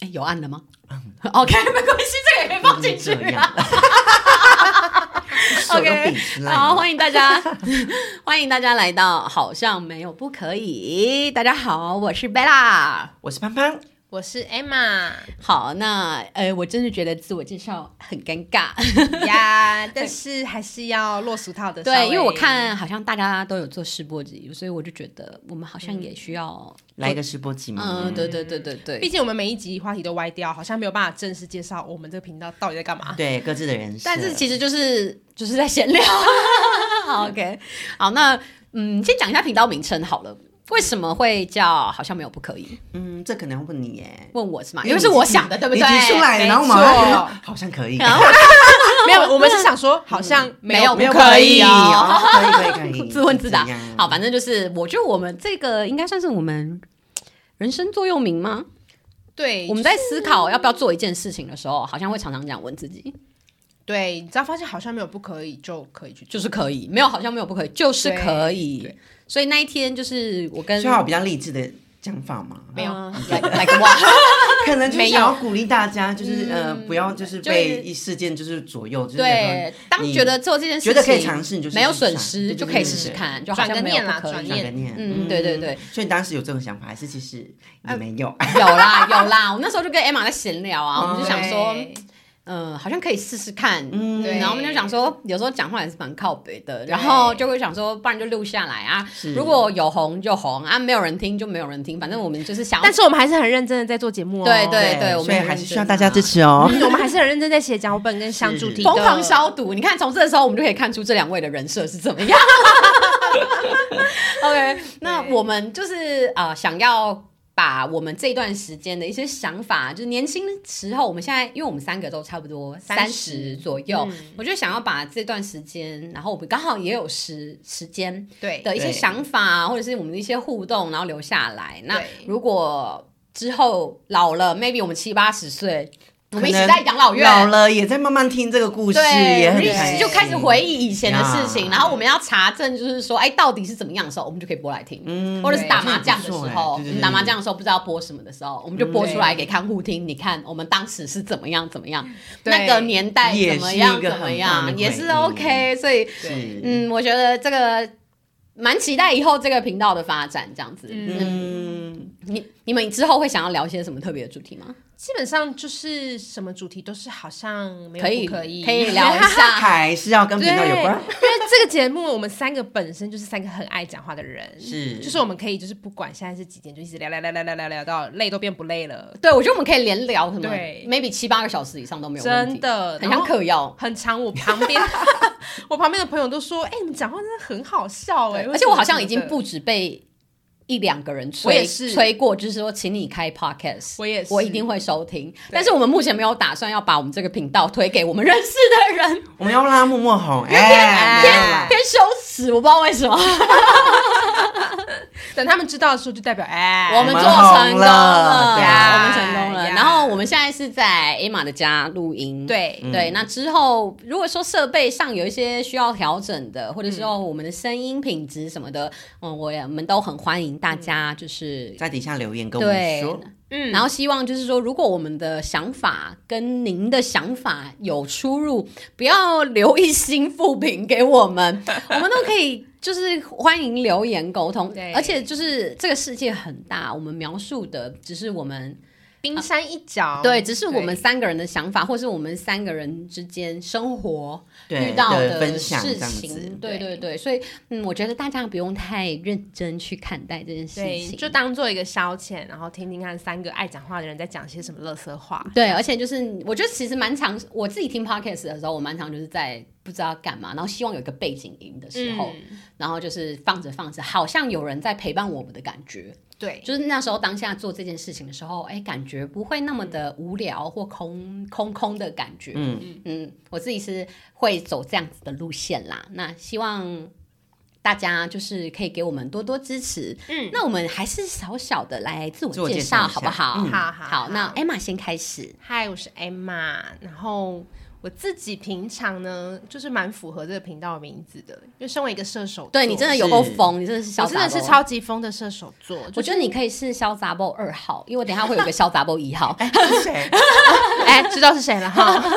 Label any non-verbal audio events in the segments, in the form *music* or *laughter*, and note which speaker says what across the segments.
Speaker 1: 哎有按了吗 *laughs* ？OK，没关系，这个也可以放进
Speaker 2: 嗯这
Speaker 1: 去 *laughs*
Speaker 2: 样
Speaker 1: 啊。，
Speaker 2: 手都比出来了
Speaker 1: 好，欢迎大家， *laughs* 欢迎大家来到好像没有不可以。大家好，我是 Bella。
Speaker 2: 我是潘潘，
Speaker 3: 我是 Emma
Speaker 1: 好，那呃，我真的觉得自我介绍很尴尬， *laughs*
Speaker 3: 呀，但是还是要落俗套的。
Speaker 1: 对，因为我看好像大家都有做试播集，所以我就觉得我们好像也需要，
Speaker 2: 来一个试播集吗？
Speaker 1: 嗯，对对对对对，
Speaker 3: 毕竟我们每一集话题都歪掉，好像没有办法正式介绍我们这个频道到底在干嘛。
Speaker 2: 对各自的人设，
Speaker 1: 但是其实就是就是在闲聊。好 OK，好，那嗯，先讲一下频道名称好了。为什么会叫好像没有不可以？
Speaker 2: 嗯，这可能要问你耶，
Speaker 1: 问我是吗？
Speaker 2: 因
Speaker 1: 因为是我想的，对不对？
Speaker 2: 你提出来，
Speaker 3: 没
Speaker 2: 然后我们好像觉得
Speaker 3: 错
Speaker 2: 好像可以，
Speaker 1: 然后
Speaker 3: 没有，我们是想说，好像没有
Speaker 1: 啊嗯没有
Speaker 3: 不
Speaker 1: 可
Speaker 3: 可
Speaker 1: 以
Speaker 3: 以
Speaker 1: 哦
Speaker 2: 哦可以可以可以，
Speaker 1: *laughs* 自问自答
Speaker 2: 是这样。
Speaker 1: 好，，反正就是，我觉得我们这个应该算是我们人生座右铭吗？
Speaker 3: 对，
Speaker 1: 我们在思考要不要做一件事情的时候，好像会常常这样问自己，
Speaker 3: 对，你只要发现好像没有不可以，就可以去做。
Speaker 1: 就是可以，没有好像没有不可以，就是
Speaker 3: 对
Speaker 1: 可以。所以那一天就是我跟
Speaker 2: 需要比较励志的讲法嘛，
Speaker 3: 没有
Speaker 1: 来来个哇，
Speaker 2: 可能就是
Speaker 3: 没有
Speaker 2: 想要鼓励大家，就是呃，不要就是被一事件就是左右，就是
Speaker 1: 嗯对，当
Speaker 2: 你
Speaker 1: 觉得做这件事情
Speaker 2: 觉得可以尝试你就试试
Speaker 1: 没有
Speaker 2: 看
Speaker 1: 损
Speaker 2: 对
Speaker 1: 失，
Speaker 2: 对
Speaker 1: 就
Speaker 2: 对
Speaker 1: 可以
Speaker 2: 对
Speaker 1: 试试
Speaker 2: 对
Speaker 1: 看，就好
Speaker 3: 转
Speaker 1: 像
Speaker 3: 个
Speaker 1: 没有
Speaker 3: 念
Speaker 1: 不
Speaker 3: 啦
Speaker 1: 可
Speaker 3: 转
Speaker 1: 以
Speaker 2: 转个念，
Speaker 1: 嗯对对呃对，
Speaker 2: 所以你当时有这种想法，还是其实也没
Speaker 1: *laughs*
Speaker 2: 有？
Speaker 1: 有啦有啦，我那时候就跟 Emma 在闲聊啊，我们就想说，
Speaker 3: 对
Speaker 1: 嗯，好像可以试试看，嗯，
Speaker 3: 对
Speaker 1: 然后我们就想说，有时候讲话也是蛮靠北的，然后就会想说，不然就录下来啊，如果有红就红啊，没有人听就没有人听，反正我们就是想要，
Speaker 4: 但是我们还是很认真的在做节目哦。
Speaker 1: 对对我们
Speaker 2: 所以
Speaker 1: 很
Speaker 2: 还是
Speaker 1: 认
Speaker 2: 需要
Speaker 1: 真
Speaker 2: 大家
Speaker 1: 啊
Speaker 2: 支持哦。
Speaker 4: 嗯我们还是很认真在写脚本跟
Speaker 1: *laughs*
Speaker 4: 相主题的，
Speaker 1: 疯狂消毒，你看从这时候我们就可以看出这两位的人设是怎么样。OK，那我们就是呃想要。把我们这段时间的一些想法，就是年轻时候，我们现在因为我们三个都差不多三十
Speaker 3: 30
Speaker 1: 左右，我就想要把这段时间，然后我们刚好也有时时间
Speaker 3: 对
Speaker 1: 的一些
Speaker 2: 对
Speaker 1: 想法啊，或者是我们的一些互动，然后留下来。那
Speaker 3: 对
Speaker 1: 如果之后老了，maybe 我们七八十岁，我们一起
Speaker 2: 可能
Speaker 1: 在养老院，
Speaker 2: 老了也在慢慢听这个故事，也
Speaker 1: 对，
Speaker 2: 很
Speaker 1: 历
Speaker 2: 开
Speaker 1: 史
Speaker 2: 心
Speaker 1: 就开始回忆以前的事情，
Speaker 2: 呀
Speaker 1: 然后我们要查证，就是说，哎，到底是怎么样的时候，我们就可以播来听，或者是打麻将的时
Speaker 2: 嗯对哎
Speaker 1: 候，
Speaker 2: 对对
Speaker 1: 我们打麻将的时候不知道播什么的时候，我们就播出来给看护听。你看我们当时是怎么样怎么样，
Speaker 3: 对
Speaker 1: 那个年代怎么样
Speaker 2: 嗯也是一
Speaker 1: 怎
Speaker 2: 个很
Speaker 1: 么
Speaker 2: 棒的
Speaker 1: 样，也是
Speaker 2: 回忆
Speaker 1: OK。所以，
Speaker 2: 是
Speaker 1: 嗯，我觉得这个蛮期待以后这个频道的发展，这样子。嗯，
Speaker 2: 嗯，
Speaker 1: 你你们之后会想要聊些什么特别的主题吗？
Speaker 3: 基本上就是什么主题都是好像没有
Speaker 1: 可以
Speaker 3: 不可以
Speaker 1: 可以聊一下。
Speaker 2: 还是要跟
Speaker 3: 对，
Speaker 2: 频
Speaker 3: 因
Speaker 2: 道有
Speaker 3: 为
Speaker 2: 关，
Speaker 3: 这个节目我们三个本身就是三个很爱讲话的人，
Speaker 2: 是
Speaker 3: 就是我们可以就是不管现在是几点，就一直聊聊聊聊聊聊聊到累都变不累了，
Speaker 1: 对，我觉得我们可以连聊什么
Speaker 3: 对
Speaker 1: ，maybe 七八个小时以上都没有问题
Speaker 3: 真，的，
Speaker 1: 很
Speaker 3: 然
Speaker 1: 像
Speaker 3: 后
Speaker 1: 嗑药。
Speaker 3: 很长。我旁边 *laughs* 我旁边的朋友都说，哎、你讲话真的很好笑哎、
Speaker 1: 而且我好像已经
Speaker 3: 为什么
Speaker 1: 不止被一两个人
Speaker 3: 我
Speaker 1: 催
Speaker 3: 也是
Speaker 1: 催过，就是说请你开 podcast，
Speaker 3: 我也是
Speaker 1: 我一定会收听。但是我们目前没有打算要把我们这个频道推给我们认识的人，
Speaker 2: 我们要让他默默红，哎，没有啦
Speaker 1: *laughs* 偏羞耻，我不知道为什么。
Speaker 3: 这么的等他们知道的时候，就代表哎，
Speaker 1: 我们做成功
Speaker 2: 我们红了
Speaker 1: 了，
Speaker 2: 对
Speaker 1: 我们成功了。
Speaker 3: 呀
Speaker 1: 然后我们现在是在 Emma 的家录音，嗯
Speaker 3: 对
Speaker 1: 对。那之后如果说设备上有一些需要调整的，或者说我们的声音品质什么的，嗯，我也我们都很欢迎大家就是。
Speaker 2: 在底下留言跟我们
Speaker 1: 对，
Speaker 2: 说，
Speaker 3: 嗯
Speaker 1: 然后希望就是说，如果我们的想法跟您的想法有出入，不要留一星负评给我们，
Speaker 2: *laughs*
Speaker 1: 我们都可以就是欢迎留言沟通
Speaker 3: 对。
Speaker 1: 而且就是这个世界很大，我们描述的只是我们
Speaker 3: 冰山一
Speaker 2: 哦
Speaker 3: 角，
Speaker 1: 啊对，只是我们三个人的想法，或是我们三个人之间生活
Speaker 2: 对
Speaker 1: 遇到
Speaker 2: 的
Speaker 1: 的
Speaker 2: 分享这
Speaker 1: 事
Speaker 2: 样
Speaker 1: 情。
Speaker 2: 子，
Speaker 1: 对对对，所以嗯，我觉得大家不用太认真去看待这件事
Speaker 3: 对，
Speaker 1: 情，
Speaker 3: 就当做一个消遣，然后听听看三个爱讲话的人在讲些什么乐色话。
Speaker 1: 对，而且就是我觉得其实蛮常，我自己听 podcast 的时候，我蛮常就是在不知道干嘛，然后希望有一个背景音的时候，然后就是放着放着，好像有人在陪伴我们的感觉。
Speaker 3: 对，
Speaker 1: 就是那时候当下做这件事情的时候，哎，感觉不会那么的无聊或空空空的感觉。嗯嗯，我自己是会走这样子的路线啦。那希望。大家就是可以给我们多多支持，嗯，那我们还是小小的来自
Speaker 2: 自
Speaker 1: 我
Speaker 2: 我
Speaker 1: 介
Speaker 2: 介绍
Speaker 1: 绍
Speaker 2: 一下
Speaker 1: 好不好？
Speaker 2: 嗯
Speaker 3: 好好
Speaker 1: 好，那 Emma 先开始。
Speaker 3: 嗨，我是 Emma。然后我自己平常呢，就是蛮符合这个频道的名字的，因为身为一个射手座，
Speaker 1: 对你真的有够疯，你真的是
Speaker 3: 我
Speaker 1: 潇洒，
Speaker 3: 真的是超。级疯的射手座。
Speaker 1: 我觉得你可以是潇洒 b 二号，因为我等一下会有个潇洒 b 一
Speaker 3: *laughs*
Speaker 1: 号。
Speaker 2: 是谁？
Speaker 3: 哎、知道是谁了哈。 *laughs*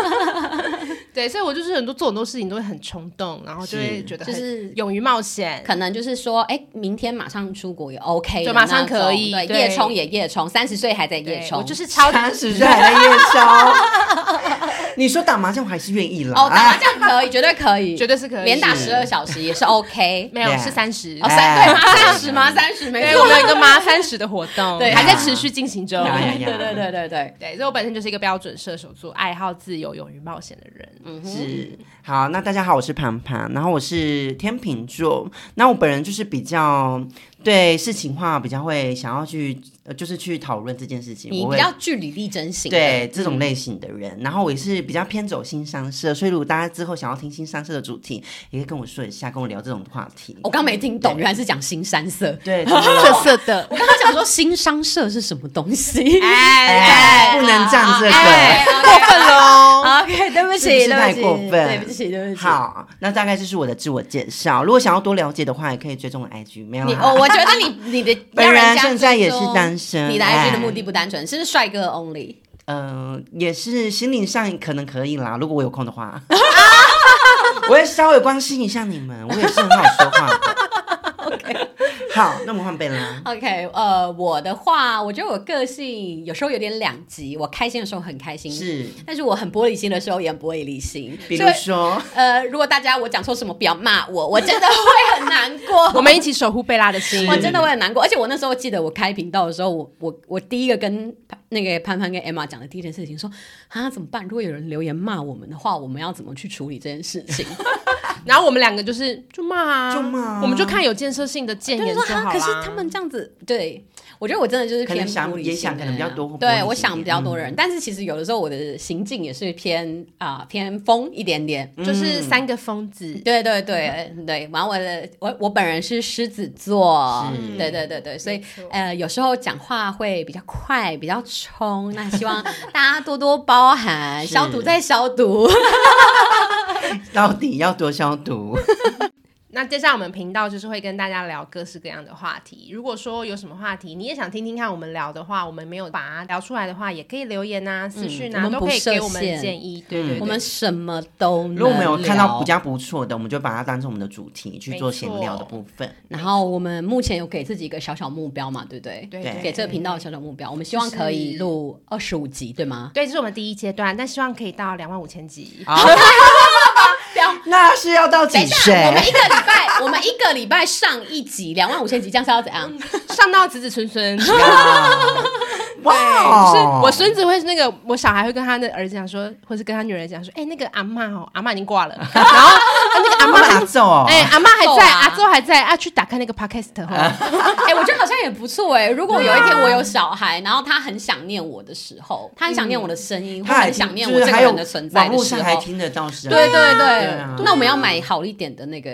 Speaker 3: 对，所以我就是很多做很多事情都会很冲动，然后就会
Speaker 2: 是
Speaker 3: 觉得
Speaker 1: 就
Speaker 3: 很
Speaker 1: 是
Speaker 3: 勇于冒险。
Speaker 1: 可能就是说，哎、明天马上出国也 OK，
Speaker 3: 就
Speaker 1: 的
Speaker 3: 马上
Speaker 1: 那种
Speaker 3: 可以
Speaker 1: 对，
Speaker 3: 对
Speaker 1: 夜冲也夜冲，三十岁还在夜
Speaker 3: 对
Speaker 1: 冲，
Speaker 3: 我就是超级
Speaker 2: 三十岁还在夜宵？你说打麻将我还是愿意啦。
Speaker 1: 哦，打麻
Speaker 2: 啊
Speaker 1: 将可以，绝对可以，
Speaker 3: *laughs* 绝对是可以
Speaker 1: 连打
Speaker 3: 是
Speaker 1: 十二小时也是 OK。
Speaker 3: *laughs* 没有
Speaker 2: Yeah
Speaker 3: 是三十
Speaker 1: 哦，
Speaker 2: 哎
Speaker 1: 三对吗？三十吗？三十没
Speaker 3: 对，
Speaker 1: 错
Speaker 3: 我。们有一个麻三十的活动，
Speaker 1: 对
Speaker 3: 还在持续进行
Speaker 1: *laughs*
Speaker 3: 中。
Speaker 2: 呀呀
Speaker 1: 对对对对对，
Speaker 3: 对，所以我本身就是一个标准射手座，爱好自由、勇于冒险的人。嗯，
Speaker 2: 是好，那大家好，我是盘盘，然后我是天秤座，那我本人就是比较对事情话比较会想要去，呃就是去讨论这件事情，
Speaker 1: 你
Speaker 2: 我
Speaker 1: 比
Speaker 2: 会
Speaker 1: 较嗯据理力争型。，
Speaker 2: 对这种类型的人，然后我也是比较偏走新商社，所以如果大家之后想要听新商社的主题，也可以跟我说一下，跟我聊这种话题。
Speaker 1: 我刚没听懂，原来是讲新山社。 *laughs*
Speaker 2: 对，真的
Speaker 3: 特 *laughs* 色的，
Speaker 1: 我刚刚想说新商社是什么东
Speaker 3: *laughs*
Speaker 1: 西
Speaker 2: 哎不能这样这个
Speaker 1: 哎
Speaker 3: 过分喽。
Speaker 1: ？OK，对不
Speaker 2: 是不
Speaker 1: 起，
Speaker 2: 是
Speaker 1: 对
Speaker 2: 太
Speaker 1: 不起，
Speaker 2: 过分
Speaker 1: 对不起，对不起。，
Speaker 2: 好，那大概就是我的自我介绍。如果想要多了解的话，也可以追踪我的 IG。没有啦
Speaker 1: 你哦，我觉得
Speaker 2: *laughs*
Speaker 1: 你你的
Speaker 2: 本
Speaker 1: 让
Speaker 2: 人
Speaker 1: 家
Speaker 2: 现在也是
Speaker 1: 追踪
Speaker 2: 单身。
Speaker 1: 你的 IG 的
Speaker 2: 哎
Speaker 1: 目的不单纯，是不是帅哥 only？
Speaker 2: 嗯、也是心灵上可能可以啦，如果我有空
Speaker 1: *laughs*
Speaker 2: 的话，我会稍微关心一下你们，我也是很好说话的。OK，好， *laughs* 那我们换贝拉。
Speaker 1: OK，呃，我的话，我觉得我个性有时候有点两极，我开心的时候很开心，
Speaker 2: 是，
Speaker 1: 但是我很玻璃心的时候也很玻璃心。
Speaker 2: 比如
Speaker 1: 所以，
Speaker 2: 说，
Speaker 1: 呃，如果大家我讲错什么，不要骂我，我真的会很难
Speaker 2: *laughs*
Speaker 1: 过。
Speaker 3: 我们一起守护贝拉的心
Speaker 1: 我。真的会很难过，而且我那时候记得我开频道的时候，我我我第一个跟那个潘潘跟 Emma 讲的第一件事情说啊怎么办？如果有人留言骂我们的话，我们要怎么去处理这件事情？
Speaker 2: *laughs*
Speaker 3: 然后我们两个就是就骂啊，
Speaker 2: 就骂啊
Speaker 3: 我们就看有建设性的建
Speaker 1: 就是
Speaker 3: 言
Speaker 1: 说
Speaker 3: 好
Speaker 1: 啊，
Speaker 3: 啦。
Speaker 1: 可是他们这样子，对我觉得我真的就是
Speaker 2: 可能
Speaker 1: 偏
Speaker 2: 想
Speaker 1: 玻璃
Speaker 2: 也
Speaker 1: 心
Speaker 2: 想
Speaker 1: 的
Speaker 2: 可能比较多玻璃
Speaker 1: 对
Speaker 2: 心
Speaker 1: 我
Speaker 2: 一
Speaker 1: 想比
Speaker 2: 点
Speaker 1: 较多人，但是其实有的时候我的行径也是偏啊、偏疯一点点。
Speaker 3: 就是三个疯子，
Speaker 1: 对对对对，完我的我我本人是狮子座，对对对对，所以呃有时候讲话会比较快，比较冲，那希望 *laughs* 大家多多包涵，
Speaker 2: 是
Speaker 1: 消毒再消毒。
Speaker 2: 到底要多消毒？
Speaker 3: 那接下来我们频道就是会跟大家聊各式各样的话题。如果说有什么话题你也想听听看我们聊的话，我们没有把它聊出来的话，也可以留言啊、私讯
Speaker 1: 嗯我
Speaker 3: 啊，
Speaker 1: 们
Speaker 3: 都
Speaker 1: 不
Speaker 3: 可以
Speaker 1: 设
Speaker 3: 给我们
Speaker 1: 限
Speaker 3: 建议。对
Speaker 2: 嗯
Speaker 3: 对对，
Speaker 1: 我们什么都能
Speaker 2: 如果我们有看到
Speaker 1: 聊
Speaker 2: 比较不错的，我们就把它当成我们的主题去做闲聊的部分。
Speaker 1: 然后我们目前有给自己一个小小目标嘛，对不对？
Speaker 3: 对
Speaker 2: 对
Speaker 1: 给这个频道的小小目标，我们希望可以录二十五集，对吗？
Speaker 3: 对，这是我们第一阶段，但希望可以到两万五千集。
Speaker 2: 好，那是要到
Speaker 1: 等
Speaker 2: 几
Speaker 1: 一下，我们一
Speaker 2: 岁？
Speaker 1: 个礼拜， *laughs* 我们一个礼拜上一集两万五千集，这样是要怎样？
Speaker 3: 上到子子孙孙。就是
Speaker 1: *laughs*
Speaker 2: 哇哦，
Speaker 3: 我孙子会那个，我小孩会跟他的儿子讲说，或是跟他女儿讲说，哎、那个阿嬷哦，阿嬷已经挂了，然后那个阿
Speaker 2: 阿
Speaker 3: 嬷
Speaker 2: 妈
Speaker 3: 还
Speaker 2: 拿走，哦
Speaker 3: 哎、阿妈还
Speaker 1: 够
Speaker 3: 在，
Speaker 1: 啊
Speaker 3: 阿周还在，啊，去打开那个 podcast 哦哈。
Speaker 1: *laughs* 哎、我觉得好像也不错哎、如果有一
Speaker 2: 啊
Speaker 1: 天我有小孩，然后他很想念我的时候，他很想念我的声音，或
Speaker 2: 嗯他
Speaker 1: 者
Speaker 2: 还
Speaker 1: 很想念
Speaker 2: 就
Speaker 1: 我
Speaker 2: 是
Speaker 1: 这个
Speaker 2: 还有
Speaker 1: 人的存在
Speaker 2: 网
Speaker 1: 的
Speaker 2: 络
Speaker 1: 时
Speaker 2: 上还
Speaker 1: 候，
Speaker 2: 听得到声音，
Speaker 1: 对对对，
Speaker 2: 啊
Speaker 1: 那我们要买好一点的那个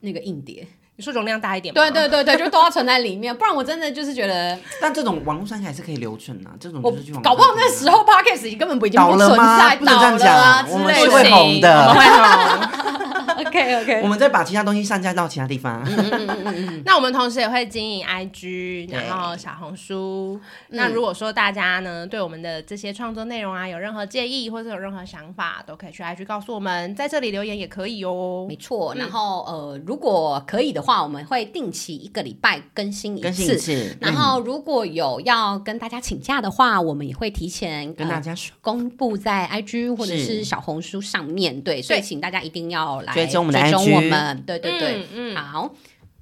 Speaker 1: 那个硬碟，
Speaker 3: *laughs* 你说容量大一点吗，
Speaker 1: 对对对对，就都要存在里面，不然我真的就是觉
Speaker 2: *laughs*
Speaker 1: 得
Speaker 2: 但这种网络上还是可以留存啊，这种
Speaker 1: 我
Speaker 2: 就是去网
Speaker 1: 搞不好
Speaker 2: 上啊
Speaker 1: 那时候 podcast 根本不已经
Speaker 2: 倒
Speaker 1: 不
Speaker 2: 了
Speaker 1: 存
Speaker 2: 吗？
Speaker 1: 在，
Speaker 2: 不能这样
Speaker 1: 倒了啊
Speaker 2: 讲，
Speaker 1: 之
Speaker 2: 我们
Speaker 1: 类
Speaker 2: 是
Speaker 1: 的。
Speaker 2: 会红
Speaker 1: *laughs*
Speaker 2: 的，
Speaker 3: 我们会红。
Speaker 1: OK OK， *laughs*
Speaker 2: 我们再把其他东西上架到其他地方。啊
Speaker 1: 嗯
Speaker 3: 那我们同时也会经营 IG，
Speaker 2: 对
Speaker 3: 然后小红书。那如果说大家呢对我们的这些创作内容啊有任何建议，或者有任何想法，都可以去 IG 告诉我们，在这里留言也可以哦
Speaker 1: 没。错，然后呃，如果可以的话，我们会定期一个礼拜更新一
Speaker 2: 更新一次嗯
Speaker 1: 然后如果有要跟大家请假的话，我们也会提前
Speaker 2: 跟大
Speaker 1: 呃
Speaker 2: 家说，
Speaker 1: 公布在 IG 或者
Speaker 2: 是
Speaker 1: 是小红书上面。对，所以请大家一定要来
Speaker 2: 追踪我们的
Speaker 1: 追
Speaker 2: IG
Speaker 1: 我们对对对，
Speaker 3: 嗯嗯
Speaker 1: 好，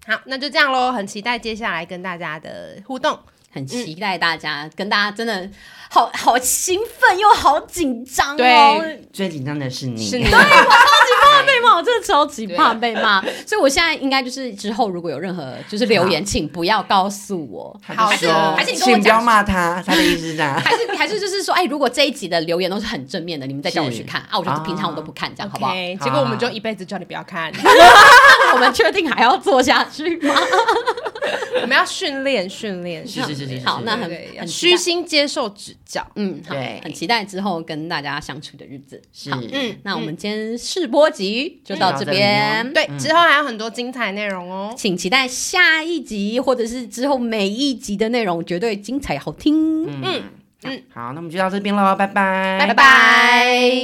Speaker 3: 好，那就这样喽，很期待接下来跟大家的互动。
Speaker 1: 很期待大家、跟大家真的好好兴奋又好紧张哦。
Speaker 3: 对
Speaker 2: 最紧张的是你，
Speaker 3: 是你
Speaker 1: 对我超级怕被骂，我真的超级怕被骂，所以我现在应该就是之后如果有任何就是留言，请不要告诉我。
Speaker 2: 他
Speaker 3: 好
Speaker 2: 就
Speaker 3: 的
Speaker 2: 说
Speaker 1: 还是你跟我
Speaker 2: 请不要
Speaker 1: 讲
Speaker 2: 骂他，他的意思是这样。
Speaker 1: 还是还是就是说，哎，如果这一集的留言都是很正面的，你们再叫我
Speaker 2: 是
Speaker 1: 去看啊，我就
Speaker 2: 啊
Speaker 1: 平常我都不看，这样好不好？
Speaker 3: OK，结果我们就一辈子叫你不要看， *laughs*
Speaker 1: 我们确定还要做下去吗？
Speaker 3: 我们要训练训练，
Speaker 2: 是是是是是
Speaker 1: 好，那很
Speaker 3: 对要
Speaker 1: 很期
Speaker 3: 虚
Speaker 1: 待，
Speaker 3: 心接受指教。
Speaker 1: 嗯，好
Speaker 2: 对，
Speaker 1: 很期待之后跟大家相处的日子。
Speaker 2: 是
Speaker 1: 好，那我们今天试播集就到这
Speaker 2: 嗯
Speaker 1: 边，
Speaker 3: 对，之后还有很多精彩内容哦。
Speaker 1: 请期待下一集或者是之后每一集的内容，绝对精彩好听。
Speaker 2: 嗯
Speaker 1: 嗯
Speaker 2: 嗯，好，那我们就到这边喽，拜拜，
Speaker 1: 拜拜。